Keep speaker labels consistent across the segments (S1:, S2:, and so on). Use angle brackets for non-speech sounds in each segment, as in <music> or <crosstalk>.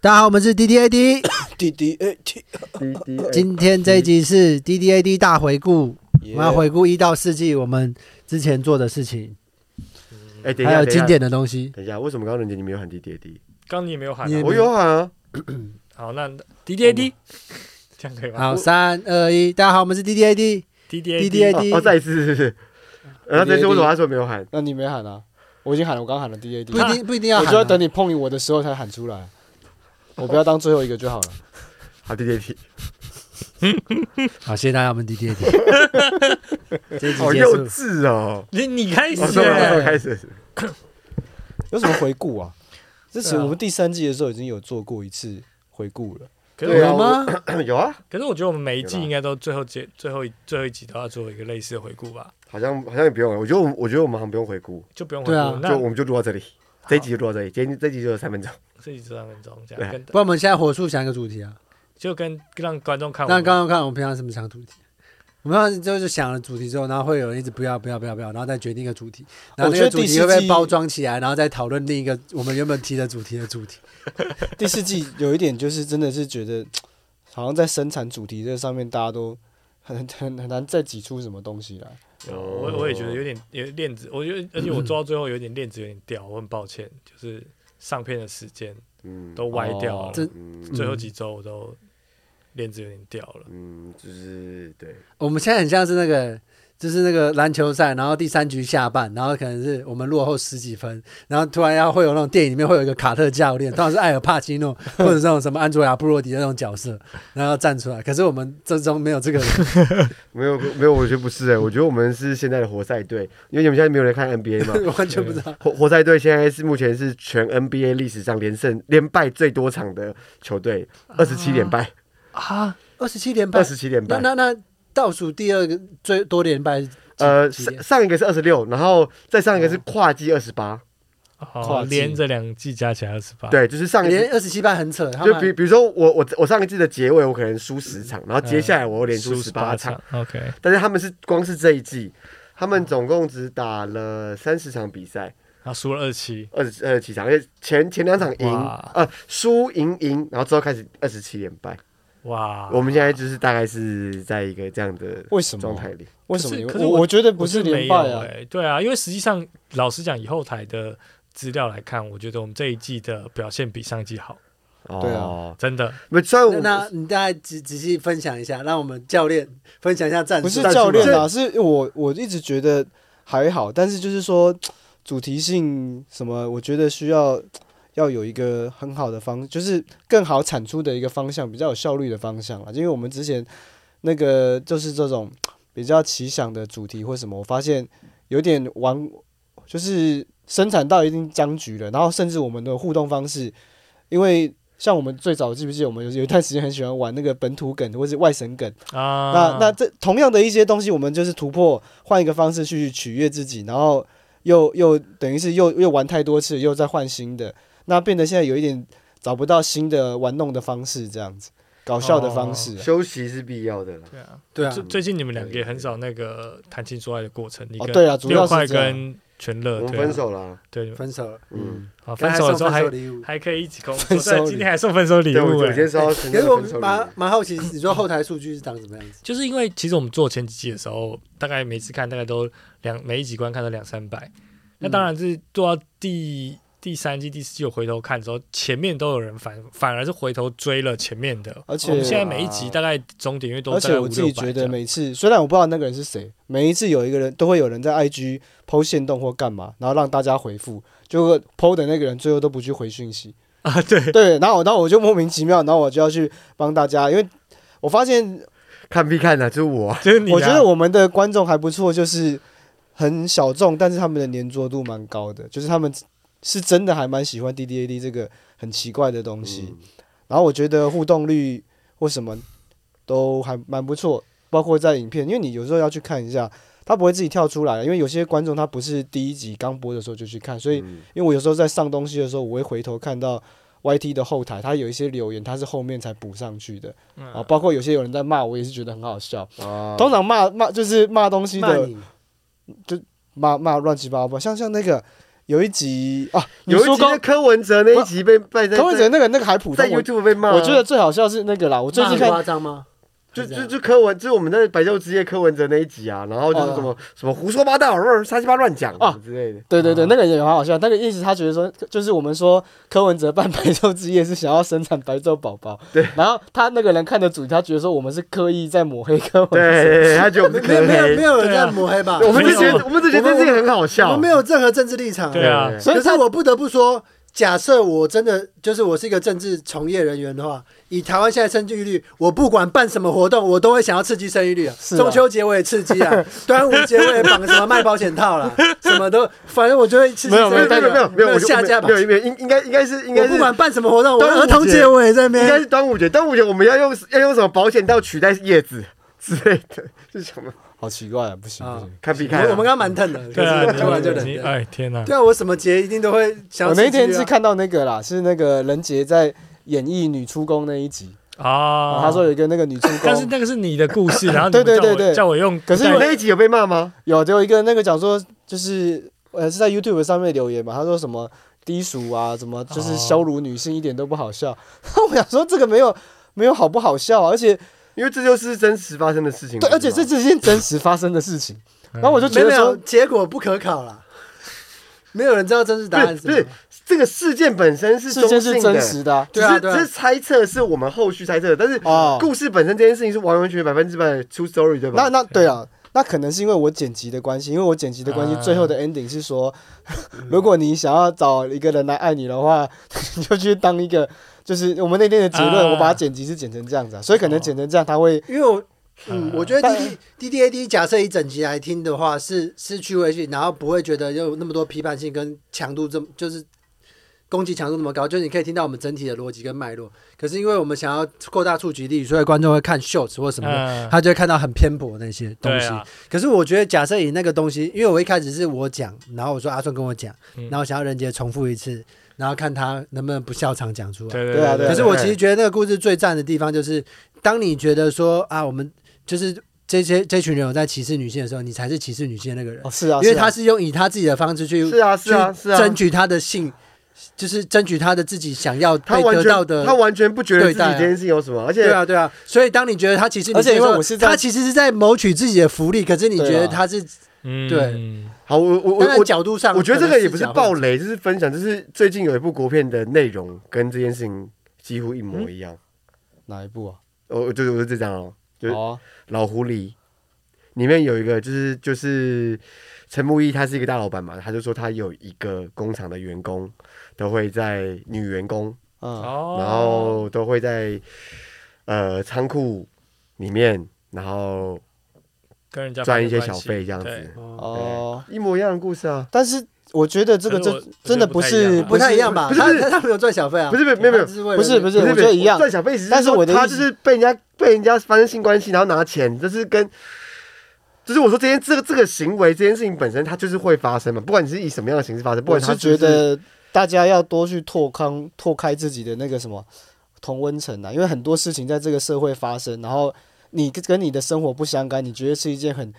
S1: 大家好，我们是 D D A D。
S2: 哎
S3: D D A T，
S2: 滴滴哎
S1: 今天这一集是 D D A D 大回顾，我们要回顾一到四季我们之前做的事情，
S2: 哎，等一
S1: 还
S2: 下，
S1: 有
S2: 等一下
S1: 经，典的东西。
S2: 等一下，为什么刚刚人杰你没有喊滴滴滴？
S4: 刚你没有喊
S1: 你
S4: 啊，
S2: 我有喊啊，
S4: 好，那 D D A D，这样可以吗
S1: 好，三二一，大家好，我们是 D D A D。
S4: ？D D A
S1: DDAD
S2: 哦哦，再一次，是
S1: <laughs>
S2: 不是？然后这次为什么他说没有喊？
S3: 那你没喊啊？我已经喊了，我刚喊了 D
S2: 嗯
S3: A D，
S1: 不一定不一定要
S3: 我
S1: 喊啊、
S3: 就要等你碰我的时候才喊出来。我不要当最后一个就好了。
S2: 好，滴滴滴，
S1: 好，谢谢大家，我们 D D A D。这
S2: <laughs>
S1: 一集
S2: 好
S1: 结
S2: 幼
S1: 束，
S2: 稚哦。
S4: 你你开始
S2: 我说
S4: 欸，
S2: 开始，
S3: <laughs> 有什么回顾 <laughs> 啊？这是
S4: 对啊
S3: 我们第三季的时候已经有做过一次回顾了。
S4: 可
S2: 对
S4: 是
S2: 啊
S1: 有吗？
S2: 我 <clears throat> 有啊，
S4: 可是我觉得我们每一
S2: 有
S4: 季
S2: 啦
S4: 应该都最后结最后一最后一集都要做一个类似的回顾吧，
S2: 好像好像也不用了。我觉得我们我觉得我们好像不用回顾，
S4: 就不用回
S1: 对啊
S4: 顾。
S2: 就
S4: 那
S2: 我们就录到这里，这一集就录到这里，今天这一集就有三分钟。
S4: 这一集三分钟这
S2: 对啊
S4: 样，跟
S1: 不然我们现在火速想一个主题啊。
S4: 就跟让观众看我
S1: 那
S4: 们。
S1: 刚刚看我们平常什么想主题？我们当时就是想了主题之后，然后会有人一直不要不要不要不要，然后再决定一个主题，然后那
S3: 我觉
S1: 个
S3: 得
S1: 主
S3: 第
S1: 题
S3: 四
S1: 会被
S3: 季
S1: 包装起来，然后再讨论另一个我们原本提的主题的主题。
S3: 第四季有一点就是真的是觉得，好像在生产主题这上面大家都很很很难再挤出什么东西来。
S4: 有
S1: 哦
S4: 我我也觉得有点有点链子，我觉得而且我做到最后有点链子有点掉，我很抱歉，就是上片的时间
S2: 嗯，
S4: 都歪掉了
S3: 哦，
S1: 这
S2: 嗯
S4: 最后几周我都链子有点掉了。
S2: 嗯，就是对，
S1: 我们现在很像是那个，就是那个篮球赛，然后第三局下半，然后可能是我们落后十几分，然后突然要会有那种电影里面会有一个卡特教练，当然是艾尔帕西诺 <laughs> 或者是那种什么安卓亚布洛迪的那种角色，然后要站出来。可是我们这中没有这个人， <laughs>
S2: 没有没有，我觉得不是哎，我觉得我们是现在的活塞队，因为你们现在没有人看 NBA
S1: <laughs>
S2: 嘛，
S1: 完全不知道。
S2: 活活塞队现在是目前是全 NBA 历史上连胜连败最多场的球队，二十七连败，
S4: 啊，
S1: 二十七连败
S2: 二，十七连
S1: 那
S2: 败。
S1: 那那倒数第二个最多连败是几，
S2: 呃，
S1: 几连
S2: 上上一个是二十六，然后再上一个是跨季二十八，
S4: 好，
S3: 跨季
S4: 哦连着两季加起来二十八。
S2: 对，就是上一
S1: 哦连
S2: 次，
S1: 二十七败很扯，他
S2: 就比
S1: 们嗯
S2: 比如说我我我上一季的结尾我可能输十场，然后接下来我又连输十八场，
S4: ，OK，
S2: 但是他们是光是这一季，他们总共只打了三十场比赛，
S4: 他输了二七，
S2: 二十二十七场，而且前前两场赢，
S4: 哇
S2: 呃，输赢赢，然后之后开始二十七连败。
S4: 哇！
S2: 我们现在就是大概是在一个这样的
S3: 为什
S2: 状
S3: 么？
S2: 态里，
S3: 为什么你们？
S4: 可是
S3: 我
S4: 我
S3: 我觉得不
S4: 我
S3: 是
S4: 是没
S3: 连
S4: 有
S3: 败啊，
S4: 欸对啊，因为实际上老实讲，以后台的资料来看，我觉得我们这一季的表现比上一季好，
S3: 对
S2: 哦
S3: 啊，
S4: 真的。
S2: 那虽然
S1: 那那
S2: 我
S1: 你大概仔仔细分享一下，让我们教练分享一下战术。
S3: 不是
S2: 战术
S3: 教练
S2: 嘛
S3: 啊，是我我一直觉得还好，但是就是说主题性什么，我觉得需要要有一个很好的方，就是更好产出的一个方向，比较有效率的方向啦。因为我们之前那个就是这种比较奇想的主题或什么，我发现有点玩，就是生产到一定僵局了，然后甚至我们的互动方式，因为。像我们最早记不记得，我们有有一段时间很喜欢玩那个本土梗或是外省梗，
S4: 啊
S3: 那，那这同样的一些东西，我们就是突破，换一个方式去取悦自己，然后又又等于是又又玩太多次，又再换新的，那变得现在有一点找不到新的玩弄的方式，这样子搞笑
S4: 哦
S3: 的方式啊。
S2: 休息是必要的啦。
S4: 对啊，
S1: 对啊
S4: 最，最近你们两个也很少那个谈情说爱的过程，你
S3: 哦，
S4: 跟
S3: 对啊，主要
S4: 六块
S3: 是这样。
S4: 跟全乐
S2: 我们
S4: 对啊
S2: 分手了，
S4: 对，
S1: 分手了，
S2: 嗯，
S4: 啊
S1: 刚
S4: 分
S1: 才
S4: 手
S1: 送
S4: 的时候还
S1: 礼物。
S4: 还可以一起工作，
S3: 分手
S4: 对啊
S3: 礼
S4: 今天还送分手礼
S2: 对，我
S4: 物
S2: 我今天
S4: 欸。
S2: 收到
S1: 可
S2: 陈哥
S1: 是
S2: 的
S1: 我
S2: 分手礼
S1: 蛮
S2: 物，
S1: 蛮好奇，你说后台数据是长什么样子？
S4: 就是因为其实我们做前几季的时候，大概每次看大概都两每一集观看都两三百，那当然是做到第第三季、第四季，我回头看的时候，前面都有人反反而是回头追了前面的。
S3: 而
S4: 我
S3: 且
S4: 们现在每一集大概总点阅都
S3: 啊而
S4: 在
S3: 且
S4: 五
S3: 我自
S4: 六
S3: 己
S4: 百
S3: 觉
S4: 这
S3: 得
S4: 样。
S3: 每次，虽然我不知道那个人是谁，每一次有一个人都会有人在 IG 剖线动或干嘛，然后让大家回复，就剖的那个人最后都不去回讯息
S4: <laughs>
S3: 啊，对对，然后我然后我就莫名其妙，然后我就要去帮大家，因为我发现
S2: 看必看的，就是我。
S4: 就是你啊，
S3: 我觉得我们的观众还不错，就是很小众，但是他们的粘着度蛮高的，就是他们是真的还蛮喜欢 D D A D 这个很奇怪的东
S4: 嗯
S2: 嗯
S3: 西。然后我觉得互动率或什么都还蛮不错，包括在影片，因为你有时候要去看一下，他不会自己跳出来，因为有些观众他不是第一集刚播的时候就去看，所以
S2: 嗯
S3: 因为我有时候在上东西的时候，我会回头看到 YT 的后台，它有一些留言，它是后面才补上去的
S4: 嗯
S3: 啊，包括有些有人在骂，我也是觉得很好笑。
S2: 啊
S3: 通常骂骂就是骂东西
S1: 骂
S3: 的
S1: 你
S3: 骂骂乱七八糟，像像那个。有一集啊，你
S2: 有一
S3: 说
S2: 集
S3: 高
S2: 是柯文哲那一集被被在
S3: 柯文哲那个那个还普
S2: 在
S3: 通，我
S2: YouTube 被骂啊，
S3: 我觉得最好笑是那个啦，我最近
S1: 骂很
S3: 看
S1: 夸张吗？
S2: 就
S1: 还是这
S2: 就
S1: 样
S2: 就柯文，就是我们在白昼之夜柯文哲那一集啊，然后就是什么、什么胡说八道，乱瞎鸡巴乱讲
S3: 啊
S2: 啊之类的。
S3: 对对对，
S4: 啊
S3: 那个也很好笑。那个意思，他觉得说，就是我们说柯文哲办白昼之夜是想要生产白昼宝宝，
S2: 对。
S3: 然后他那个人看的主题，他觉得说我们是刻意在抹黑柯文
S2: 对
S3: 哲，
S2: 对对对，他觉得我
S1: 没
S2: 们
S1: 有
S2: 是
S1: 没有没有
S2: 可黑
S1: 没，有人
S4: 对
S1: 在
S4: 啊
S1: 抹黑吧？
S2: 我们只
S4: 没有
S2: 觉得我们只觉得这件事情很好
S1: 我
S2: 笑
S1: 们。没有任何政治立场啊。
S4: 对啊
S2: 对
S3: 所以
S1: 可是
S3: 他
S1: 我不得不说，假设我真的就是我是一个政治从业人员的话，以台湾现在生育率，我不管办什么活动，我都会想要刺激生育率啊。
S3: 是啊
S1: 中秋节我也刺激
S2: <laughs>
S1: 啊，端午节我也绑什么卖保险套啦，什么都，反正我就会刺激
S3: 没有
S1: 生育率啊
S2: 没有没有没有，我就
S1: 下架吧
S2: 没。有没有，应应该应该是应该
S1: 我
S2: 是
S1: 不管办什么活动，我
S2: 端午节
S1: 儿童节我也在那边
S2: 应该是端午节，端午节我们要用要用什么保险套取代叶子之类的，是什么？
S3: 好奇怪啊，不行
S1: 啊
S3: 不行。
S2: 看比看啊
S1: 我我们刚刚蛮疼的，
S4: 对啊，
S1: 可是讲完就
S4: 你
S1: 冷
S4: 你
S1: 掉。
S4: 哎天哪，
S1: 对啊，我什么节一定都会想要
S3: 我
S1: 刺激啊。
S3: 那天是看到那个啦，是那个任杰在演绎女出宫那一集，
S4: 啊，
S3: 他说有一个那个女出
S4: 但是 <laughs>
S3: 宫，
S4: 那个是你的故事，然后你
S3: 对对
S4: 们叫
S3: 对
S4: 我
S3: 对
S4: 叫我用，
S3: 可是
S2: 你
S3: 我
S2: 那一集有被骂吗？
S3: 有就有一个那个讲说就是呃是在 YouTube 上面留言嘛，他说什么低俗啊，怎么就是
S4: 哦
S3: 羞辱女性一点都不好笑。 <laughs> 我想说这个没有没有好不好笑啊，而且
S2: 因为这就是真实发生的事情。
S3: 对，而且
S2: 不
S3: 这
S2: 是
S3: 这是
S2: 吗
S3: 件真实发生的事情。
S4: 嗯
S3: 然后我就
S1: 没
S3: 觉
S1: 有
S3: 得
S1: 没有
S3: 说，
S1: 结果不可考啦， <laughs> 没有人知道真实答案是什
S2: 不
S1: 么
S2: 是。这个事件本身是
S3: 事
S2: 中
S3: 件
S2: 性
S3: 是
S2: 的，
S3: 真实的啊、
S2: 只
S1: 对啊
S2: 是
S1: 对
S2: 只
S1: 啊
S2: 是猜测，是我们后续猜测的，但是
S3: 哦。
S2: 故事本身这件事情是完完全全百分之百 true story，对吧？
S3: 那那对啊，那可能是因为我剪辑的关系，因为我剪辑的关系，
S4: 啊嗯
S3: 最后的 ending 是说， <laughs> 如果你想要找一个人来爱你的话， <laughs> 你就去当一个。就是我们那天的结论，
S4: 啊哦
S3: 我把它剪辑是剪成这样子啊，所以可能剪成这样，他会
S1: 因为我嗯，
S4: 呃
S1: 我觉得
S3: 但
S1: D D D D A D 假设一整集来听的话，是是趣味性，然后不会觉得有那么多批判性跟强度这么就是攻击强度那么高，就是你可以听到我们整体的逻辑跟脉络。可是因为我们想要扩大触及力，所以观众会看 shorts 或什么的，
S4: 嗯，
S1: 他就会看到很偏颇那些东
S4: 对
S1: 西。
S4: 啊，
S1: 可是我觉得，假设以那个东西，因为我一开始是我讲，然后我说阿顺跟我讲，
S4: 嗯
S1: 然后想要人杰重复一次，然后看他能不能不笑场讲出来。
S4: 对对
S3: 对啊对啊
S1: 可是我其实觉得那个故事最赞的地方，就是当你觉得说啊，我们就是这些这群人有在歧视女性的时候，你才是歧视女性的那个人
S3: 哦，是啊，
S1: 因为
S3: 是啊
S1: 他是用以他自己的方式去
S2: 是啊是啊
S1: 去
S2: 是啊，
S1: 争取他的性，就是争取他的自己想要
S2: 他
S1: 被
S2: 完
S1: 得到
S2: 全
S1: 的
S2: 他完全不觉得自己
S1: 对待啊
S2: 这件事情有什么，而且
S1: 对啊，对啊，所以当你觉得他其实，
S3: 而且因为我是在
S1: 他其实是在谋取自己的福利，可是你觉
S3: 对啊
S1: 得他是，
S4: 嗯
S1: 对啊
S2: 好，我我我
S1: 当然
S2: 我
S1: 角度上，
S2: 我觉得这个也不是暴
S1: 雷，
S2: 雷，就是分享，就是最近有一部国片的内容跟这件事情几乎一模一样。
S3: 哪一部啊？
S2: 我我就我就这张哦，就是
S3: 哦，
S2: 老狐狸里面有一个就是就是陈木易，他是一个大老板嘛，他就说他有一个工厂的员工都会在女员工，
S3: 嗯，
S4: 哦，
S2: 然后都会在呃仓库里面，然后
S4: 跟人家
S2: 赚
S4: 发
S2: 一
S4: 生
S2: 些
S4: 关
S2: 小
S4: 系
S2: 费这样子
S4: 对，
S1: 哦
S3: 哦，
S2: 一模一样的故事啊。
S3: 但是我觉得这个
S4: 可是我
S3: 就
S4: 我觉得
S3: 真的
S4: 不太一
S3: 是
S4: 样啊
S1: 不太一样吧？
S2: 不是不
S1: 他
S2: 是
S1: 他他没有赚小费啊，
S2: 不是不是没有没有
S1: 他只是为了
S3: 不是不是，
S2: 不
S3: 我觉得一样，
S2: 赚小费只是
S3: 但是
S2: 说
S3: 我的
S2: 他
S3: 意
S2: 就
S3: 思
S2: 是被人家被人家发生性关系，然后拿钱，这是跟。就是我说这件这个这个行为这件事情本身它就是会发生嘛，不管你是以什么样的形式发生，不
S3: 我
S2: 管它
S3: 是觉得大家要多去拓康拓开自己的那个什么同温层啊，因为很多事情在这个社会发生，然后你跟跟你的生活不相干，你觉得是一件很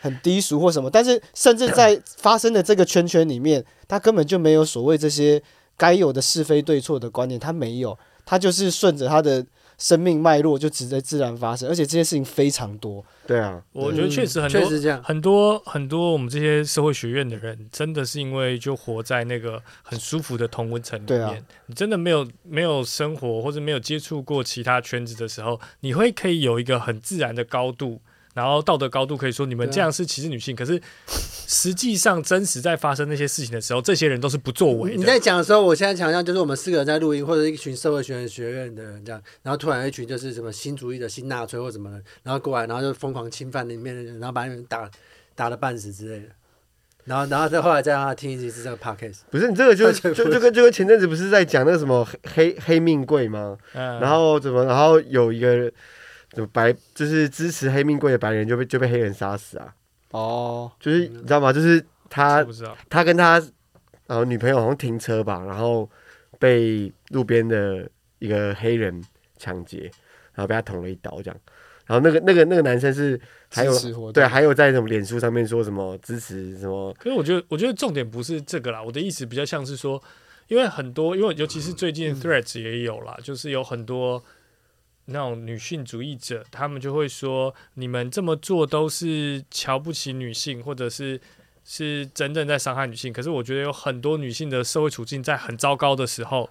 S3: 很低俗或什么，但是甚至在发生的这个圈圈里面，他根本就没有所谓这些该有的是非对错的观念，他没有，他就是顺着他的生命脉络就直接自然发生，而且这些事情非常多，
S2: 对啊，
S4: 我觉得确实很多
S1: 嗯确实这样，
S4: 很多很多我们这些社会学院的人，真的是因为就活在那个很舒服的同温层里
S3: 对
S4: 面，
S3: 啊
S4: 你真的没有没有生活或者没有接触过其他圈子的时候，你会可以有一个很自然的高度。然后道德高度可以说你们
S1: 对啊
S4: 这样是歧视女性，可是实际上真实在发生那些事情的时候，这些人都是不作为的。
S1: 你在讲的时候，我现在想象就是我们四个人在录音，或者一群社会学院学院的人这样，然后突然有一群就是什么新主义的新纳粹或什么人，然后过来，然后就疯狂侵犯里面的人，然后把你们打打的半死之类的，然后然后再后来再让他听一次这个 podcast，
S2: 不是你这
S3: <laughs>
S2: 个就
S1: 而且
S2: 就
S1: 不
S2: 就跟就跟前阵子不是在讲那个什么黑黑黑命贵吗？
S4: 嗯
S2: 然后怎么然后有一个怎么白就是支持黑命贵的白人就被就被黑人杀死啊，
S3: 哦，
S2: 就是你知道吗？就是
S4: 我
S2: 他
S4: 不知道，
S2: 他跟他呃女朋友好像停车吧，然后被路边的一个黑人抢劫，然后被他捅了一刀这样。然后那个那个那个男生是还有
S3: 支持活动
S2: 对，还有在什么脸书上面说什么支持什么，
S4: 可是我觉得，我觉得重点不是这个啦，我的意思比较像是说，因为很多，因为尤其是最近 Threads 也有啦，就是有很多那种女性主义者，他们就会说，你们这么做都是瞧不起女性，或者是是真正在伤害女性。可是我觉得有很多女性的社会处境在很糟糕的时候，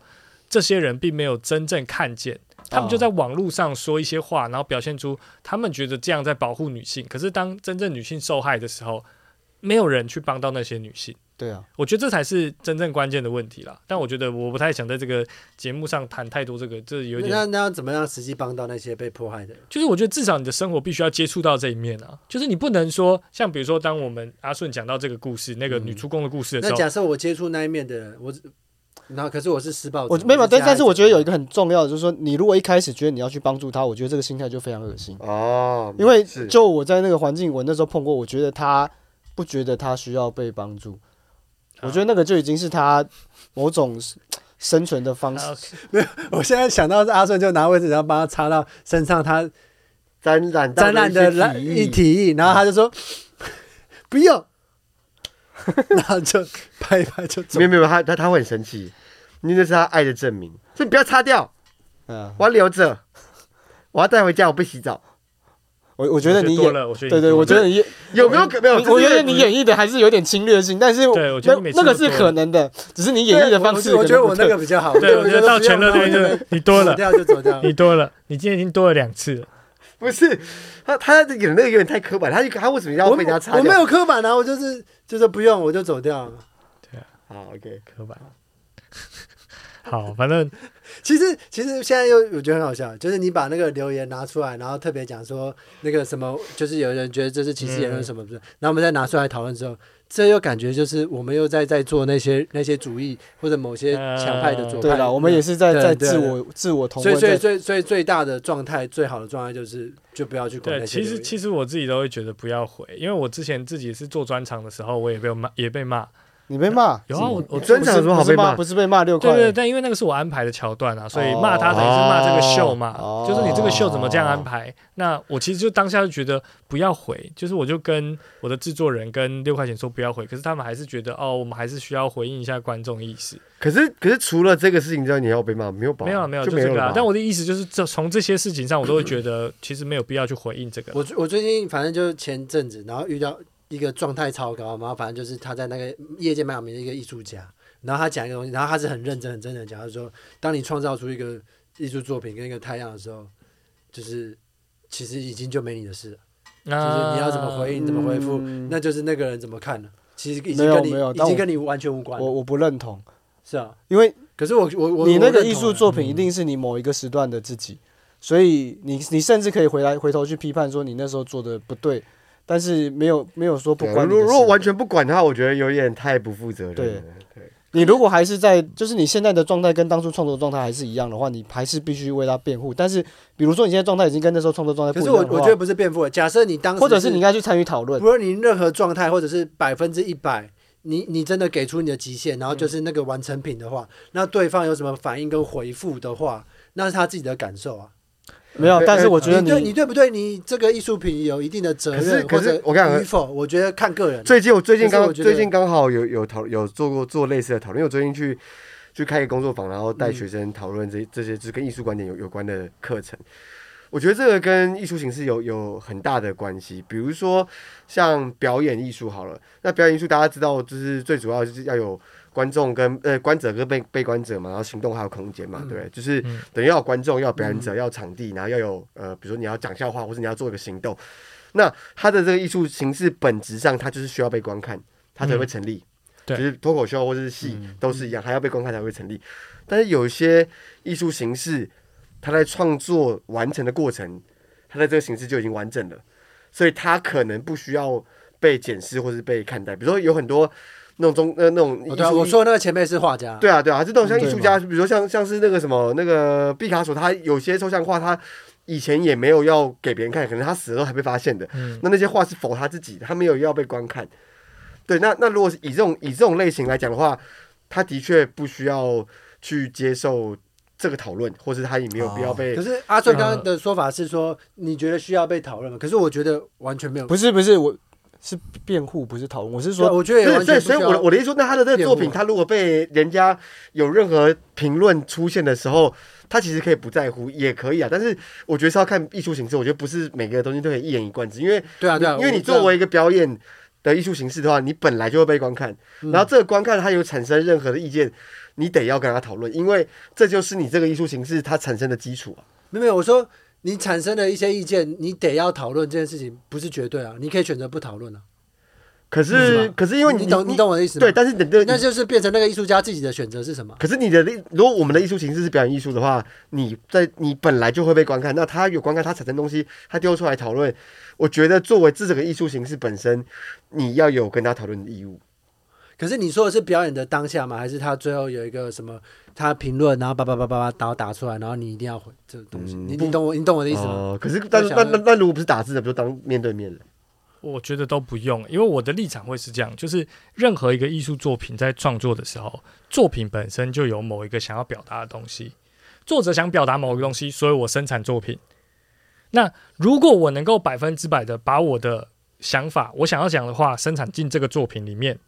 S4: 这些人并没有真正看见。他们就在网络上说一些话，然后表现出他们觉得这样在保护女性。可是当真正女性受害的时候，没有人去帮到那些女性。
S3: 对啊，
S4: 我觉得这才是真正关键的问题啦。但我觉得我不太想在这个节目上谈太多这个，这有
S1: 那
S4: 点
S1: 那要怎么样实际帮到那些被迫害的人？
S4: 就是我觉得至少你的生活必须要接触到这一面啊。就是你不能说像比如说当我们阿顺讲到这个故事，那个女出宫的故事的
S1: 那
S4: 时候，
S1: 假设我接触那一面的人，我只然后可是我是施暴者，
S3: 我没有，但
S1: 加害
S3: 但是我
S1: 者
S3: 觉得有一个很重要的，就是说你如果一开始觉得你要去帮助他，我觉得这个心态就非常恶心，
S1: 嗯
S2: 哦，
S3: 因为
S2: 是
S3: 就我在那个环境，我那时候碰过，我觉得他不觉得他需要被帮助，我觉得那个就已经是他某种生存的方式。
S4: 啊
S1: <laughs> 我现在想到是阿顺就拿卫生纸要帮他擦到身上他
S2: 沾染到
S1: 沾染的
S2: 一些
S1: 染
S2: 体
S1: 一
S2: 液
S1: 体液，然后他就说 <laughs> 不用， <laughs> 然后就拍一拍就走
S2: 没。有没有，他他他会很生气，因为那是他爱的证明。所以你不要擦掉，
S3: 嗯，
S2: 我要留着，我要带回家，我不洗澡。
S3: 我我觉得你
S4: 多
S3: 演，
S4: 了，我觉得
S3: 对对，我觉得你演，
S2: 有没有可没有？
S3: 我觉得
S2: 这是
S3: 你演绎的还是有点侵略性，但是
S4: 对我觉得你每次
S3: 那那个
S4: 都
S3: 是
S4: 多
S3: 可能的，只是你演绎的方式
S1: 我我
S3: 可
S1: 觉
S3: 能
S1: 得
S3: 不
S1: 我那个比较好，
S4: 对，我觉得到全乐队就是你多
S1: 走
S4: 了，
S1: 掉就走掉。
S4: <laughs> 你多了，你今天已经多了两次了。
S2: <laughs> 不是他他演那个有点太刻板，他就他为什么要
S1: 我
S2: 被人家擦
S1: 我没
S2: 掉？
S1: 有刻板啊，我就是就是不用我就走掉。
S2: 好，OK，啊
S4: 刻板。好，反正
S1: 其实其实现在又我觉得很好笑，就是你把那个留言拿出来，然后特别讲说那个什么，就是有人觉得这是歧视言论什
S4: 嗯
S1: 么的，然后我们再拿出来讨论之后，这又感觉就是我们又在在做那些那些主义或者某些强派的左派。
S3: 对了，我们也是在
S1: 对
S3: 在
S1: 对
S3: 自
S1: 对
S3: 我自我同
S1: 所以
S3: 温，
S1: 所以
S3: 在
S1: 最最最大的状态，最好的状态就是就不要去管
S4: 对，
S1: 那些
S4: 其
S1: 留言。
S4: 实其实我自己都会觉得不要回，因为我之前自己也是做专场的时候，我也被骂，也被骂。
S3: 你被骂，
S4: 有啊，我我
S2: 专场有什么好被骂
S3: 不是不是被骂六块
S4: 对，对，但因为那个是我安排的桥段啊，所以
S3: 哦
S4: 骂他等于是骂这个秀嘛，
S3: 哦
S4: 就是你这个秀怎么这样安排？那我其实就当下就觉得不要回，就是我就跟我的制作人跟六块钱说不要回，可是他们还是觉得哦，我们还是需要回应一下观众意识。
S2: 可是可是除了这个事情之外，你要被骂没有吧？
S4: 没有啊没有，
S2: 就
S4: 就
S2: 没
S4: 这
S2: 有
S4: 个
S2: 了
S4: 啊
S2: 吧。。
S4: 但我的意思就是，这从这些事情上，我都会觉得其实没有必要去回应这
S3: 啊
S4: 个。
S1: 我最我最近反正就是前阵子，然后遇到一个状态超高，然后反正就是他在那个业界蛮有名的一个艺术家，然后他讲一个东西，然后他是很认真很真的讲，他说，当你创造出一个艺术作品跟一个太阳的时候，就是其实已经就没你的事了，就是你要怎么回应、怎么回复，
S3: 嗯
S1: 那就是那个人怎么看了，其实已
S3: 没
S1: 经
S3: 有
S1: 跟你
S3: 没有
S1: 已
S3: 但我
S1: 经跟你完全无关
S3: 我
S1: 了，
S3: 我不认同，
S1: 是啊。
S3: 因为
S1: 可是我我我
S3: 你
S1: 我
S3: 那
S1: 认
S3: 个
S1: 同
S3: 艺术
S1: 啊
S3: 作品一定是你某一个时段的自己，所以你你甚至可以回来回头去批判说你那时候做的不对，但是没有没有说不
S2: 对啊
S3: 关你
S2: 如
S3: 的
S2: 如果
S3: 事
S2: 完全不管的话，我觉得有点太不负责任了。对，
S3: 你如果还是在就是你现在的状态跟当初创作状态还是一样的话，你还是必须为他辩护。但是比如说你现在状态已经跟那时候创作状态
S1: 可
S3: 不
S1: 是
S3: 一
S1: 我
S3: 样的
S1: 我
S3: 话
S1: 觉得不是辩护，假设你当时
S3: 或者是你应该去参与讨论。
S1: 不论你任何状态，或者是百分之一百，你你真的给出你的极限，然后就是那个完成品的话，那对方有什么反应跟回复的话，那是他自己的感受啊。
S3: 没有，
S2: 对
S3: 但是我觉得
S1: 你对你对不对？你这个艺术品有一定的责
S2: 可是
S1: 任，
S2: 可
S1: 或
S2: 是
S1: 者
S2: 我跟你讲
S1: 与否，我觉得看个人。啊
S2: 最近我最近
S1: 可是
S2: 刚
S1: 我觉得
S2: 最近刚好有有讨有做过做类似的讨论，因为我最近去去开一个工作坊，然后带学生讨论这这些就是跟艺术观点有有关的课程。我觉得这个跟艺术形式有有很大的关系，比如说像表演艺术好了，那表演艺术大家知道，就是最主要就是要有观众跟呃观者跟被被观者嘛，然后行动还有空间嘛，对不对？就是
S4: 嗯
S2: 等于要有观众，要有表演
S1: 嗯
S2: 者，要有场地，然后要有呃，比如说你要讲笑话，或者你要做一个行动，那它的这个艺术形式本质上，它就是需要被观看，它才会成立。
S4: 对
S2: 就是脱口秀或者是戏都是一样，它要被观看才会成立。但是有一些艺术形式，它在创作完成的过程，它在这个形式就已经完整了，所以它可能不需要被检视或是被看待。比如说有很多那种中呃那种艺术
S1: 哦、对、啊，我说的那个前辈是画家，
S2: 对啊，对啊，这种像
S3: 嗯
S2: 艺
S3: 对
S2: 术家，比如说像像是那个什么那个毕卡索，他有些抽象画，他以前也没有要给别人看，可能他死了都还被发现的。
S4: 嗯
S2: 那那些画是否他自己的，他没有要被观看。对，那那如果是以这种以这种类型来讲的话，他的确不需要去接受这个讨论，或是他也没有必要被
S1: 可是阿顺
S2: 嗯
S1: 刚刚的说法是说，你觉得需要被讨论吗？可是我觉得完全没有，
S3: 不是不是，我是辩护，不是讨论。我是
S1: 对啊
S3: 说，
S1: 我觉得也
S2: 对，
S1: 完
S2: 所以
S1: 全不
S2: 所以
S1: 需要
S2: 我的我的意思说，那他的这个作品，
S1: 辩护啊
S2: 他如果被人家有任何评论出现的时候，他其实可以不在乎，也可以啊。但是我觉得是要看艺术形式，我觉得不是每个东西都可以一言以贯之，因为
S1: 对啊对啊，
S2: 因为你
S1: 我知道
S2: 作为一个表演的艺术形式的话，你本来就会被观看，
S1: 嗯
S2: 然后这个观看他有产生任何的意见，你得要跟他讨论，因为这就是你这个艺术形式它产生的基础啊。
S1: 没有没有，我说你产生的一些意见，你得要讨论这件事情，不是绝对啊，你可以选择不讨论啊。
S2: 可
S1: 嗯是
S2: 是
S1: 吧
S2: 可是因为
S1: 你懂你懂我的意思吗？
S2: 对，，但是你的
S1: 那就是变成那个艺术家自己的选择是什么？
S2: 可是你的，如果我们的艺术形式是表演艺术的话，你在你本来就会被观看，那他有观看，他产生东西，他丢出来讨论，我觉得作为这整个艺术形式本身，你要有跟他讨论的义务。
S1: 可是你说的是表演的当下吗？还是他最后有一个什么他评论，然后叭叭叭叭叭，然后打出来，然后你一定要回这个东西？
S2: 嗯
S1: 你
S2: 不
S1: 你懂我你懂我的意思吗？
S2: 哦可是但
S1: 我
S2: 是
S1: 想
S2: 那
S1: 要
S2: 那那如果不是打字的，不就当面对面了？
S4: 我觉得都不用，因为我的立场会是这样，就是任何一个艺术作品在创作的时候，作品本身就有某一个想要表达的东西，作者想表达某个东西，所以我生产作品。那如果我能够百分之百的把我的想法，我想要讲的话，生产进这个作品里面，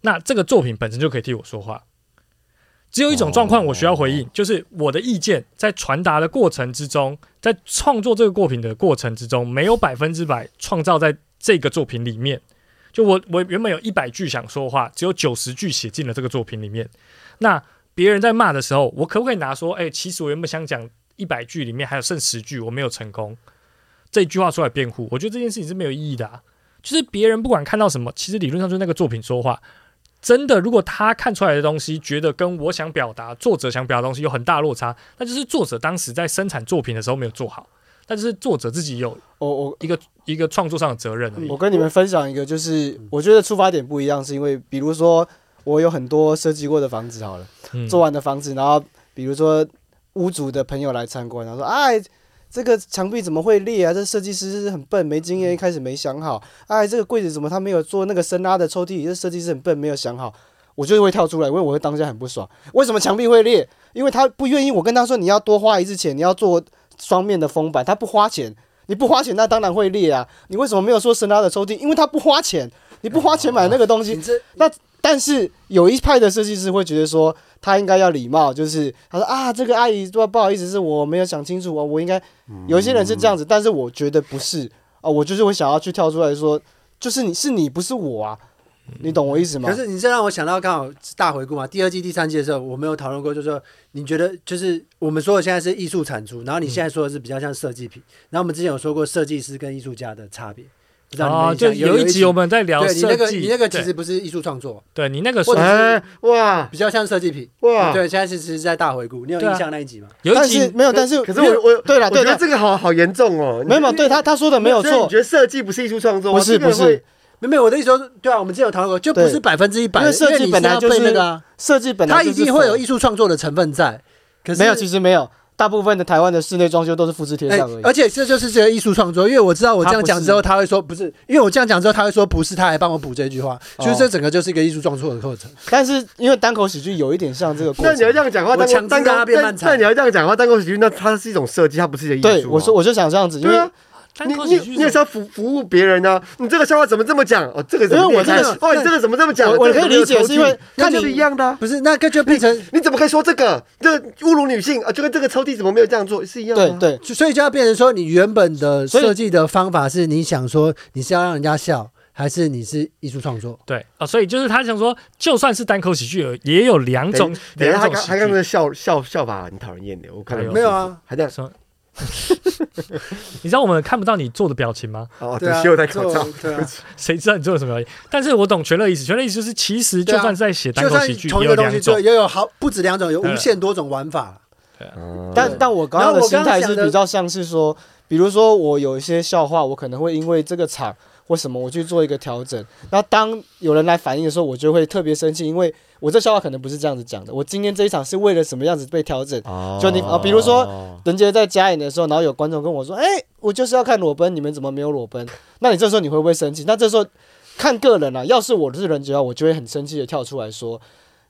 S4: 那这个作品本身就可以替我说话。只有一种状况我需要回应，就是我的意见在传达的过程之中，在创作这个作品的过程之中，没有百分之百创造在这个作品里面。就我我原本有一百句想说话，只有九十句写进了这个作品里面。那别人在骂的时候，我可不可以拿说，哎、其实我原本想讲一百句里面还有剩十句，我没有成功，这句话出来辩护，我觉得这件事情是没有意义的、啊。就是别人不管看到什么，其实理论上就是那个作品说话。真的，如果他看出来的东西，觉得跟我想表达、作者想表达的东西有很大落差，那就是作者当时在生产作品的时候没有做好，那就是作者自己有
S3: 我我
S4: 一个一个创作上的责任而已。
S3: 我跟你们分享一个，就是我觉得出发点不一样，是因为比如说我有很多设计过的房子，好了，
S4: 嗯
S3: 做完的房子，然后比如说屋主的朋友来参观，然后说，哎。这个墙壁怎么会裂啊？这设计师是很笨，没经验，一开始没想好。哎，这个柜子怎么他没有做那个深拉的抽屉？这设计师很笨，没有想好。我就会跳出来，因为我会当下很不爽。为什么墙壁会裂？因为他不愿意。我跟他说，你要多花一次钱，你要做双面的封板，他不花钱。你不花钱，那当然会裂啊！你为什么没有说深拉的抽屉？因为他不花钱，你不花钱买那个东西
S1: 你，这
S3: 但是有一派的设计师会觉得说，他应该要礼貌，就是他说啊，这个阿姨不不好意思，是我没有想清楚啊，我应该有一些人是这样子，但是我觉得不是啊、我就是会想要去跳出来说，就是你是你不是我啊，你懂我意思吗？
S1: 可是你这让我想到刚好大回顾嘛，第二季、第三季的时候，我们有讨论过，就是说你觉得就是我们说的现在是艺术产出，然
S3: 嗯
S1: 后你现在说的是比较像设计品，然后我们之前有说过设计师跟艺术家的差别，不知道你们
S3: 哦
S4: 啊，
S1: 印象
S4: 就有一集我
S1: 们
S4: 们在聊
S1: 对你那
S4: 设
S1: 个
S4: 计，
S1: 你那个其
S4: 对
S1: 实不是艺术创作，
S4: 对你那个
S1: 或者是
S2: 哎，哇
S1: 比较像设计品。
S3: 啊
S2: 哇！
S1: 对，现在是其实在大回顾，你有
S4: 对啊
S1: 印象那一集吗？
S4: 有一
S3: 但
S4: 集
S3: 是没有，但是
S2: 可是我我
S3: 对了
S2: 我
S3: 对
S2: 觉得
S3: 了，
S2: 这个好好严重哦。
S3: 没有没有对他他说的没有
S2: 所以你
S3: 错
S2: 觉，得设计不是艺术创作吗？啊
S3: 不是
S2: 这个
S3: 不是
S2: 会
S1: 没有没有，我的意思说，对啊，我们之前有讨论过，就不
S3: 对
S1: 是百分之一百，
S3: 因为设计
S1: 你
S3: 本来
S1: 要
S3: 就
S1: 被
S3: 是
S1: 那个啊，
S3: 设计本来
S1: 它
S3: 就
S1: 一
S3: 是
S1: 定会有
S3: 否
S1: 艺术创作的成分在。可是
S3: 没有，其实没有，大部分的台湾的室内装修都是复制贴
S1: 哎
S3: 上而已。
S1: 而且这就是这个艺术创作，因为我知道我这样讲之后，他会说不是，因为我这样讲之后，他会说不是，他还帮我补这句话，
S3: 哦
S1: 就是这整个就是一个艺术创作的课程。
S3: 但是因为单口喜剧有一点像这个过
S2: 那
S3: 程，
S2: 你要这样讲话，
S1: 我
S2: 单
S1: 强
S2: 口
S1: 制
S2: 单
S1: 让
S2: 口
S1: 它变
S2: 但
S1: 漫长
S2: 但你要这样讲话，单口喜剧那它是一种设计，它不是一个艺
S3: 对
S2: 术啊。
S3: 我说我就想这样子，因
S2: 对
S3: 为
S2: 啊，
S4: 单
S2: 你
S4: 口
S2: 你
S4: 喜剧
S2: 你也是要服服务别人啊！你这个笑话怎么这么讲？哦，这个怎么
S3: 因为我
S2: 这
S3: 这
S2: 个
S3: 个
S2: 哦，你这个怎么这么讲？
S3: 我我
S2: 这个
S3: 可以理解
S2: 怎么
S3: 是因为
S2: 抽屉那
S3: 看
S2: 就是
S3: 你
S2: 一样的啊。
S1: 不是，那个就变成，
S2: 你怎么可以说这个？这侮辱女性啊，就跟这个抽屉怎么没有这样做是一样的
S3: 对
S2: 啊。
S3: 对，
S1: 就所以就要变成说，你原本的
S3: 所以
S1: 设计的方法是你想说你是要让人家笑，还是你是艺术创作？
S4: 对啊、所以就是他想说，就算是单口喜剧，也有两种
S2: 等一下，
S4: 两
S2: 他
S4: 种
S2: 刚
S4: 喜
S2: 他刚刚
S4: 剧。
S2: 的笑笑笑法很讨人厌的，我看
S4: 哎
S2: 了
S4: 呦
S1: 没有，啊，
S2: 还这样
S4: 说， <laughs> 你知道我们看不到你做的表情吗？
S2: 哦，
S1: 对
S2: 对，
S1: 啊，
S2: 我戴口罩
S1: 做，对啊，
S4: 谁知道你做了什么表情？但是我懂全乐意思，全乐意思就是其实就
S1: 对啊
S4: 算是在写单
S1: 啊就
S4: 口
S1: 算
S4: 喜剧，
S1: 同
S4: 也
S1: 一
S4: 有
S1: 个东
S4: 两
S1: 西做，
S4: 种。
S1: 也有好不止两种，有
S4: 对
S1: 无限多种玩法。
S2: 哦
S3: 但但我刚
S1: 然
S3: 刚
S1: 后
S3: 的
S1: 我
S3: 心
S1: 刚刚
S3: 态
S1: 想
S3: 是
S1: 的
S3: 比较像是说，比如说我有一些笑话，我可能会因为这个场或什么我去做一个调整。那当有人来反映的时候，我就会特别生气，因为我这笑话可能不是这样子讲的，我今天这一场是为了什么样子被调整。
S2: 哦嗯
S3: 就你啊比如说人杰在加演的时候，然后有观众跟我说：“哎、我就是要看裸奔，你们怎么没有裸奔？”那你这时候你会不会生气？那这时候看个人啦、要是我是人杰啊，我就会很生气的跳出来说，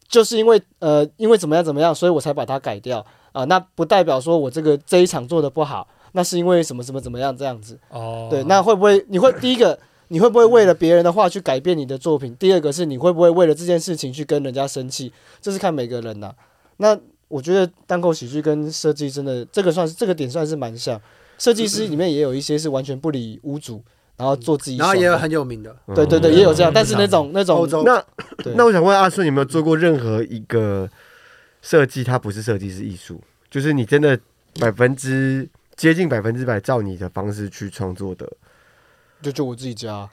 S3: 就是因为呃，因为怎么样怎么样，所以我才把它改掉。啊、那不代表说我这个这一场做的不好，那是因为什么什么怎么样这样子。
S4: 哦，
S3: 对，那会不会你会第
S1: <laughs>
S3: 一个你会不会为了别人的话去改变你的作品？第二个是你会不会为了这件事情去跟人家生气？这是看每个人呐、那我觉得单口喜剧跟设计真的这个算是这个点算是蛮像，设计师里面也有一些是完全不理屋主，然后做自己
S1: 嗯然
S3: 爽
S1: 后
S3: 嗯的，
S1: 也有很有名的
S3: 对对对，也有这样，但是
S1: 嗯
S3: 那种那种
S1: 欧洲
S2: 那
S3: 对
S2: 那我想问阿顺，有没有做过任何一个设计，它不是设计是艺术，就是你真的百分之接近百分之百照你的方式去创作的
S3: 就就我自己家啊，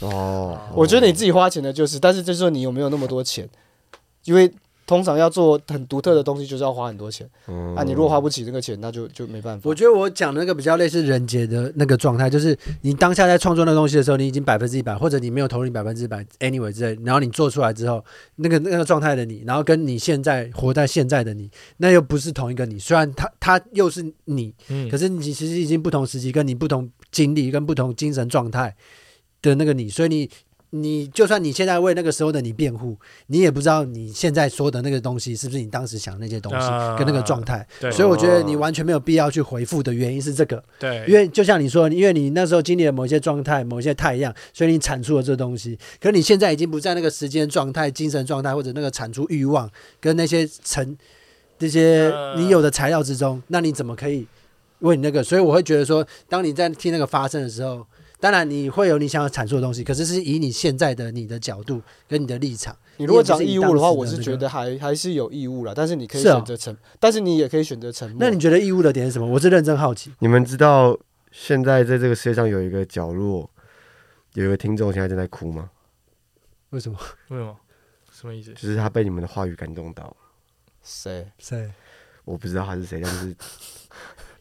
S2: 哦
S3: 我觉得你自己花钱的就是，但是就是说你有没有那么多钱，因为通常要做很独特的东西就是要花很多钱，
S2: 你
S3: 啊，你如果花不起这个钱，那就就没办法
S1: 我。觉得我讲的那个比较类似人杰的那个状态，就是你当下在创作那个东西的时候，你已经百分之一百，或者你没有投入百分之百，anyway 之类，然后你做出来之后，那个那个状态的你，然后跟你现在活在现在的你，那又不是同一个你。虽然他他又是你，
S4: 嗯
S1: 可是你其实已经不同时期，跟你不同经历，跟不同精神状态的那个你，所以你。你就算你现在为那个时候的你辩护，你也不知道你现在说的那个东西是不是你当时想的那些东西
S4: 啊
S1: 跟那个状态，
S4: 对
S1: 所以我觉得你完全没有必要去回复的原因是这个，
S4: 对，
S1: 因为就像你说，因为你那时候经历了某些状态、某些太阳，所以你产出了这东西。可是你现在已经不在那个时间状态、精神状态或者那个产出欲望跟那些成这些
S4: 呃
S1: 你有的材料之中，那你怎么可以为你那个？所以我会觉得说，当你在听那个发生的时候。当然，你会有你想要阐述的东西，可是是以你现在的你的角度跟你的立场，
S3: 你如果讲
S1: 你也
S3: 义
S1: 不是
S3: 务的话，
S1: 你当时的啊
S3: 我是觉得还还是有义务啦，但是你可以
S1: 是啊
S3: 选择沉，但是你也可以选择沉默。
S1: 那你觉得义务的点是什么？我是认真好奇。
S2: 你们知道现在在这个世界上有一个角落，有一个听众现在正在哭吗？
S1: 为什么？ <laughs>
S4: 为什么？什么意思？
S2: 就是他被你们的话语感动到。
S3: 谁？
S1: 谁？
S2: 我不知道他是谁，但是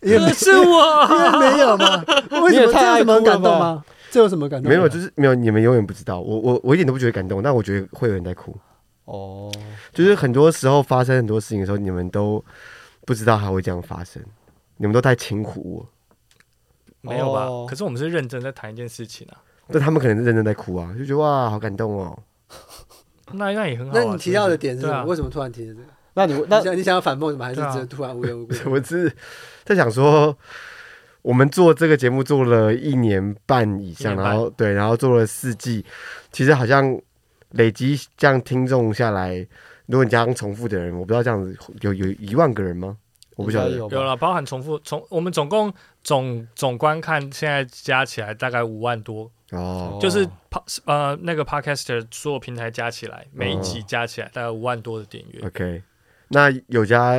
S1: 因为
S4: 是我，
S1: <laughs> 因为没有嘛？为
S3: 你
S1: 什
S3: 也
S1: 么
S3: 太
S1: 这有
S3: 爱
S1: 什么很
S3: 哭了
S1: 感动
S3: 吧
S1: 吗？这有什么感动？
S2: 没有，就是没有，你们永远不知道。我我我一点都不觉得感动，但我觉得会有人在哭。
S3: 哦，
S2: 就是很多时候发生很多事情的时候，你们都不知道还会这样发生，你们都太轻忽我。
S4: <laughs> 没有吧
S3: 哦？
S4: 可是我们是认真在谈一件事情啊，
S2: 但他们可能是认真在哭啊，就觉得哇，好感动哦。 <laughs>
S4: 那那也很好啊。
S1: 那你提到的点是
S4: 对
S1: 什
S4: 啊
S1: 么？为什么突然提的这个？
S3: 那你那
S1: 你想你想要反讽什么？还是
S4: 对啊 <laughs>
S1: 只是突然无缘无故？
S2: 我是在想说，我们做这个节目做了一年半以上，
S4: 一年半
S2: 然后对，然后做了四季，其实好像累积这样听众下来，如果你加上重复的人，我不知道这样子有有一万个人吗？我不晓
S3: 应该
S2: 得。
S3: 有
S4: 有
S3: 吧？
S4: 了，包含重复从我们总共总总观看，现在加起来大概五万多，
S2: 哦，
S4: 就是 po- 呃那个 podcaster 所有平台加起来，每一集加起来
S2: 哦
S4: 大概五万多的点阅。
S2: OK，那有加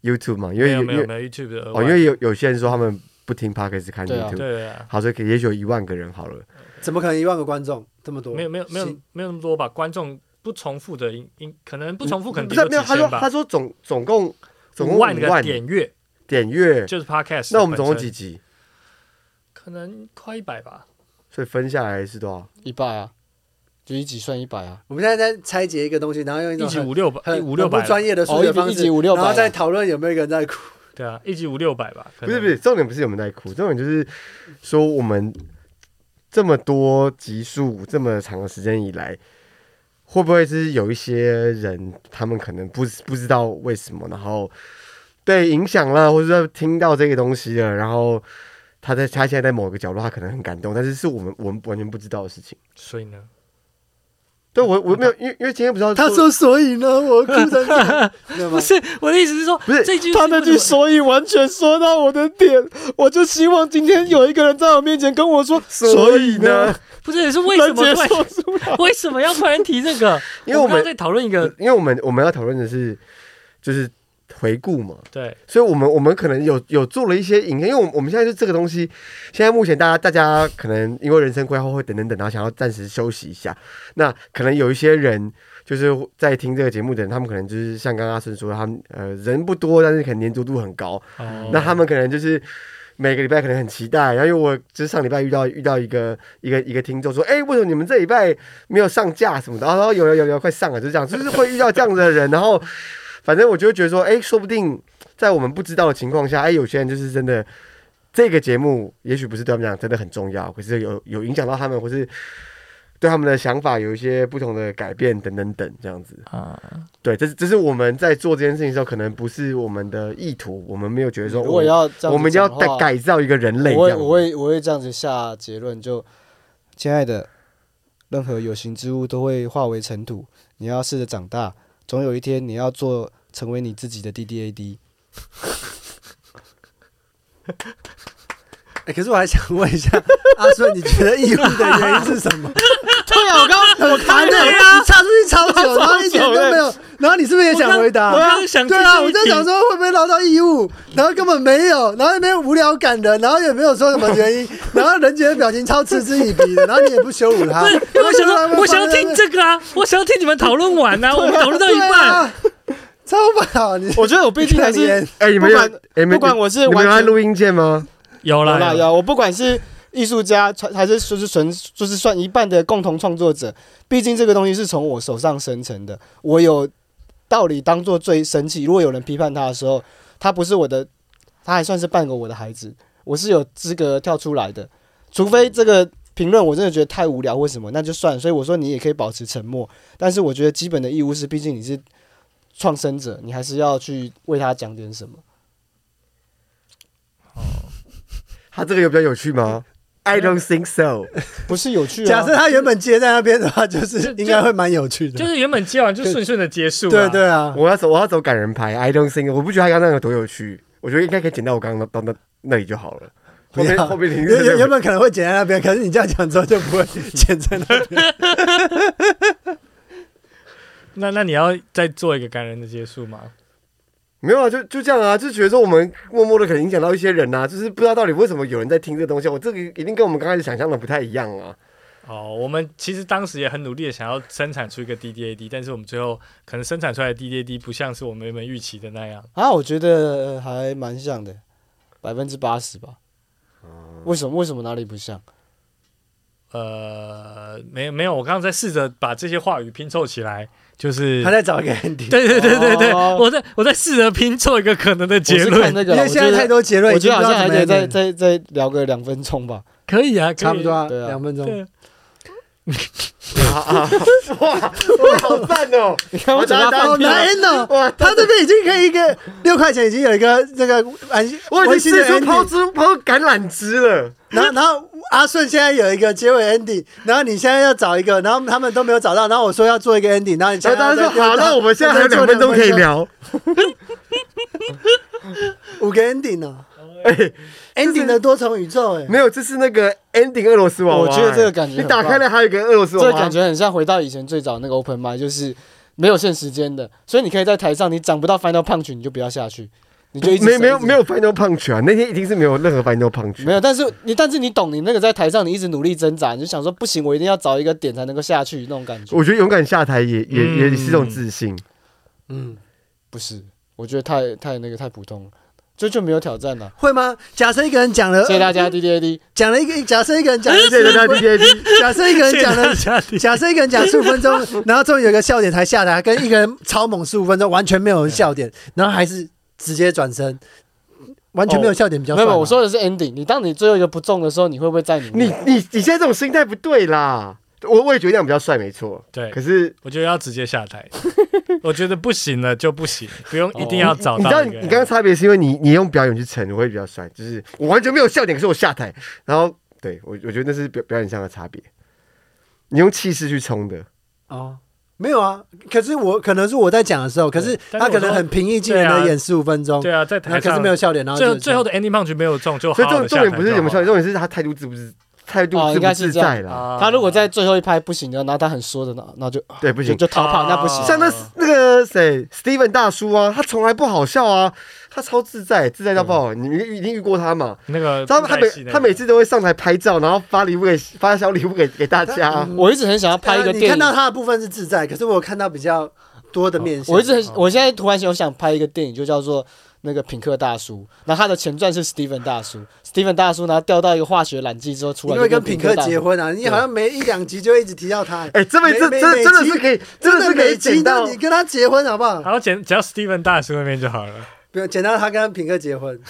S2: YouTube 呃吗？因为
S4: 没有
S2: 因
S4: 没
S2: 为
S4: 有没有 YouTube 的额
S2: 哦，
S4: 外，
S2: 因为有有些人说他们不听 Podcast 看
S3: 对啊
S2: YouTube，、
S4: 对啊，
S2: 好，所以可以也许有一万个人好了。
S1: 怎么可能一万个观众这么多？
S4: 没有没有没有
S1: 行
S4: 没有那么多吧，观众不重复的应应可能不重复，可能
S2: 不
S4: 顶
S2: 是嗯
S4: 多
S2: 没有，
S4: 几
S2: 他说
S4: 千
S2: 他
S4: 吧。
S2: 说总总共总共
S4: 五
S2: 五
S4: 万
S2: 万
S4: 个点阅
S2: 点阅，
S4: 就是 podcast，
S2: 那我们总共
S4: 本
S2: 几
S4: 身
S2: 集？
S4: 可能快一百吧。
S2: 所以分下来是多少？
S3: 一百啊，就一集算一百啊。
S1: 我们现在在拆解一个东西，然后用一
S4: 一
S1: 种
S4: 集
S1: 很
S4: 五六百，
S1: 很
S4: 一五六
S1: 很
S4: 百
S1: 不
S4: 吧，
S1: 专业的
S3: 哦
S1: 数
S3: 一
S1: 学
S3: 集
S1: 方
S3: 一
S1: 式，
S3: 集五
S4: 啊
S3: 六百
S1: 然后再讨论有没有一个人在哭。
S4: 对啊，一集五六百吧。
S2: 不
S4: 可
S2: 是
S4: 能
S2: 不是，重点不是有没有在哭，重点就是说我们这么多集数这么长的时间以来，会不会是有一些人他们可能不不知道为什么，然后被影响了，或者说听到这个东西了，然后他在他现在在某个角落，他可能很感动，但是是我们我们完全不知道的事情。
S4: 所以呢，
S2: 对我我没有，因为因为今天不知道
S1: 他说：“所以呢，我哭成这样，没有吗
S4: <laughs> 不是我的意思是说，
S2: 不是
S4: 这句
S3: <laughs> 他那句
S4: 为什么
S3: 所以完全说到我的点，我就希望今天有一个人在我面前跟
S1: <laughs>
S3: 我说，
S2: 所
S3: 所
S2: 以
S3: 以
S2: 呢
S3: 呢，，
S4: 不是是为什
S3: 能
S4: 么
S3: 接
S4: 突然
S3: 受出来。
S4: <laughs> 为什么要突然提这个？
S2: 因为我
S4: 我刚
S2: 们嗯
S4: 刚在讨论一个
S2: 呃因为我们我们要讨论的是就是回顾嘛，
S4: 对
S2: 所以我们我们可能有有做了一些影片，因为我们我们现在就这个东西，现在目前大家大家可能因为人生规划会等等等，然后想要暂时休息一下，那可能有一些人。就是在听这个节目的人，他们可能就是像刚刚阿顺说，他们呃人不多，但是可能粘着度很高，
S4: 哦
S2: 那他们可能就是每个礼拜可能很期待，然后因为我就是上礼拜遇到遇到一个一个一个听众说，哎、为什么你们这礼拜没有上架什么的？然后有有有有快上了，就是这样，就是会遇到这样的人，然后反正我就会觉得说，哎、说不定在我们不知道的情况下，哎、有些人就是真的。这个节目也许不是对他们讲真的很重要，可是有有影响到他们，或是对他们的想法有一些不同的改变等等等这样子。
S4: 啊，
S2: 对，这是这是我们在做这件事情的时候，可能不是我们的意图，我们没有觉得说哦
S3: 如果要这样子讲的话，
S2: 我们要改改造一个人
S3: 我
S2: 类这
S3: 会
S2: 样子。
S3: 我会我会这样子下结论，就亲爱的，任何有形之物都会化为尘土，你要试着长大，总有一天你要做成为你自己的 DDAD。
S1: 哎，可是我还想问一下，阿顺，你觉得义务的原因是什
S4: <laughs>
S1: 么？
S3: 对啊，我
S1: <laughs>
S3: 刚
S1: 我卡
S4: 对
S1: 你插出去超
S4: <laughs>
S1: 久，然后一点都没有，然后你是不是也想回答？
S4: 哎我刚想
S1: 对啊，我在想，说会不会捞到义务，然后根本没有，然后也没有无聊感的，然后也没有说什么原因，然后人杰的表情超嗤之以鼻的，然后你也不羞辱他。
S4: 因为
S1: 然后
S4: 我想
S1: 就让他
S4: 说，
S1: 们
S4: 我想要
S1: 放在那
S4: 听这个啊，我想要听你们讨论完啊，我们讨论到一
S1: 对
S4: 半，
S1: 啊，超棒！你
S3: 我觉得我毕竟还是
S1: 是
S2: 哎、你们
S3: 不
S2: 有
S3: 管
S2: 哎、你们
S3: 不管我是
S2: 你们
S3: 完
S2: 有按
S3: 全
S2: 录音键吗？
S4: 有
S3: 有
S4: 啦
S3: 啦，有，我不管是艺术家，传还是就是纯就是算一半的共同创作者，毕竟这个东西是从我手上生成的，我有道理当做最生气。如果有人批判他的时候，他不是我的，他还算是半个我的孩子，我是有资格跳出来的，除非这个。评论我真的觉得太无聊或什么，那就算了。所以我说你也可以保持沉默，但是我觉得基本的义务是，毕竟你是创生者，你还是要去为他讲点什么。
S2: 他这个有比较有趣吗？I don't think so。
S3: <laughs> 不是有趣、啊。
S1: 假设他原本接在那边的话，就是
S4: 就
S1: 应该会蛮有趣的。
S4: 就是原本接完就顺顺的结束，
S1: 对，对啊，
S2: 我要走，我要走感人牌。I don't think，我不觉得他刚刚那有多有趣，我觉得应该可以剪到我刚刚到那那里就好了。 <laughs> 后面
S1: 不要
S2: 后面停
S1: 原原原
S2: 止。
S1: 本可能会剪在那边，可是你这样讲之后就不会
S2: <laughs>
S1: 剪在那边。
S4: 那那你要再做一个感人的结束吗？
S2: 没有啊，就就这样啊，就觉得说我们默默的可能影响到一些人啊，就是不知道到底为什么有人在听这东西啊。我这个一定跟我们刚开始想象的不太一样啊。
S4: 哦，我们其实当时也很努力的想要生产出一个 DDAD，但是我们最后可能生产出来的 DDAD 不像是我们原本预期的那样。
S3: 啊，我觉得呃还蛮像的，百分之八十吧。
S2: 嗯
S3: 为什么？为什么哪里不像？
S4: 呃，没有没有，我刚刚在试着把这些话语拼凑起来，就是
S1: 他在找一个 ending，
S4: 对对对对对，
S3: 哦
S4: 我在我在试着拼凑一个可能的
S3: 我
S4: 结
S3: 是看
S4: 论，
S3: 那个
S1: 因
S3: 啦，
S1: 为
S3: 我
S1: 现
S3: 觉
S1: 在
S3: 得
S1: 太多结论，
S3: 我觉得好像还
S1: 已经不
S3: 得
S1: 知道怎么
S3: 再
S1: ending
S3: 再再聊个两分钟吧。
S4: 可以啊，可以
S1: 差不多啊，
S3: 对啊
S1: 两分钟。
S4: 对啊
S3: <laughs>
S2: 啊啊！哇哇，好赞哦！
S3: 你看我
S2: 我
S3: 怎
S2: 打
S3: 么
S2: 打
S3: 翻
S1: 好
S3: 篇
S1: 难哦！
S2: 啊哇，
S1: 他这边已经可以一个六块钱，已经有一个那个安心，
S2: 我已经
S1: 温
S2: 四
S1: 馨的
S2: 处抛
S1: ending。
S2: 出抛橄榄枝了。
S1: 然后然后阿顺现在有一个结尾 ending，然后你现在要找一个，然后他们都没有找到，然后我说要做一个 ending，然后你现
S2: 然
S1: 在
S2: 后大家说
S1: 要再
S2: 好，那我们现在还有
S1: 再做
S2: 两分钟可以聊。
S1: 五个 ending 啊呢
S2: 哎，
S1: ，ending 的多重宇宙哎，
S2: 没有，这是那个 ending 俄罗斯娃娃。
S3: 我觉得这个感觉
S2: 你
S3: 很
S2: 打开
S3: 棒
S2: 了，还有一个俄罗斯
S3: 这
S2: 娃
S3: 个
S2: 娃
S3: 感。觉很像回到以前最早那个 open m i 就是没有限时间的，所以你可以在台上，你涨不到 final punch，你就不要下去，你就一直
S2: 没
S3: 升
S2: 没有
S3: 一直
S2: 没有 final punch 啊，那天一定是没有任何 final punch。
S3: 没有，但是你但是你懂，你那个在台上你一直努力挣扎，你就想说不行，我一定要找一个点才能够下去那种感觉。
S2: 我觉得勇敢下台也也、
S3: 嗯
S2: 也是一种自信。
S1: 嗯，
S3: 不是，我觉得太太那个太普通了，就就没有挑战了。啊
S1: 会吗？假设一个人讲了
S3: 谢谢大家，D D A D。
S1: 讲了一个，假设一个人讲了
S2: 谢谢大家 D J D，
S1: 假设一个人讲了，
S4: 谢谢大家
S1: 假设一个人讲十五分钟，然后终于有一个笑点才下台，跟一个人超猛十五分钟完全没有笑点，然后还是直接转身，完全没有笑点比较啊
S3: 没
S1: 帅
S3: 有，
S1: 嘛。
S3: 没有我说的是 ending。你当你最后一个不中的时候，你会不会在里
S2: 你
S3: 面？
S2: 你你现在这种心态不对啦。我我也觉得那样比较帅，没错。
S4: 对
S2: 可，是
S4: 我觉得要直接下台，我觉得不行了就不行，不用一定要找
S2: 哦你知
S4: 到
S2: 道
S4: 一
S2: 你
S4: 个
S2: 你刚刚差别是因为你你用表演去撑，我会比较帅。就是我完全没有笑点，可是我下台，然后对我我觉得那是表表演上的差别。你用气势去冲的，
S1: 哦，没有啊。可是我可能是我在讲的时候，可是
S4: 但
S1: 他
S4: 是我
S1: 可能
S4: 说
S1: 很平易近人
S4: 对
S1: 的
S4: 啊
S1: 演十五分钟，
S4: 对啊，在
S1: 然后
S4: 台
S1: 可
S4: 上
S1: 是没有笑点，然后
S4: 最
S1: 就
S4: 后最后的 ending punch 没有中，就
S2: 所
S4: 好
S2: 以
S4: 好
S2: 重
S4: 的
S2: 重点不是有没有笑点，重点是他态度自不自态度
S3: 哦
S2: 自
S3: 应
S2: 不
S3: 该
S2: 自
S3: 是这样
S2: 在啦。
S3: 他如果在最后一拍不行的，然后他很说的，那那就
S2: 对，不
S3: 就
S2: 行，
S3: 就逃跑，那不行
S4: 啊。
S2: 像那
S4: 哦
S2: 那个谁，Steven 大叔啊，他从来不好笑啊，他超自在，自在到爆。你你你一定遇过他嘛？
S4: 那
S2: <laughs>
S4: 个
S2: 他他每他每
S4: 次
S2: 次都会上台拍照，然后发礼物给发小礼物给给大家啊。
S3: 我一直很想要拍一
S1: 呃
S3: 个
S1: 你
S3: 电
S1: 看到
S3: 影，
S1: 他的部分是自在，可是我有看到比较多的面相。
S3: 哦我一直很，我现在突然想想拍一个电影，就叫做那个品克大叔。然后他的前传是 Steven 大叔，Steven 大叔，然后掉到一个化学染剂之后出
S1: 因
S3: 来，
S1: 为跟品
S3: 克
S1: 克
S3: 大叔
S1: 结。婚啊，你好像每一两集就一直提到他，
S2: 哎，这边
S1: 每
S2: 这
S1: 每
S2: 这真的
S1: 每集
S2: 是可以，真的是可以
S1: 每集
S2: 剪
S1: 都
S2: 到
S1: 你。跟他结婚好不好？
S4: 然后剪只要 Steven 大叔那边就好了。
S1: 不用，剪到他跟品克结婚。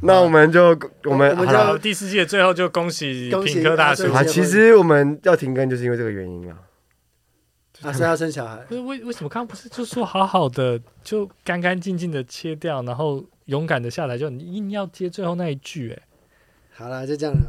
S2: 那我们就我们
S1: 我
S2: 好
S1: 们
S4: 然
S2: 了
S4: 后
S1: 就。
S4: 第四季的最后就恭喜
S1: 恭喜
S4: 品科大
S1: 阿
S4: 叔
S1: 顺。
S2: 啊，其实我们要停更就是因为这个原因啊。
S1: 啊，是要生小孩，
S4: 不是为为什么刚刚不是就说好好的就干干净净的切掉，然后勇敢的下来，就你硬要接最后那一句、哎，
S1: 好啦，就这样了。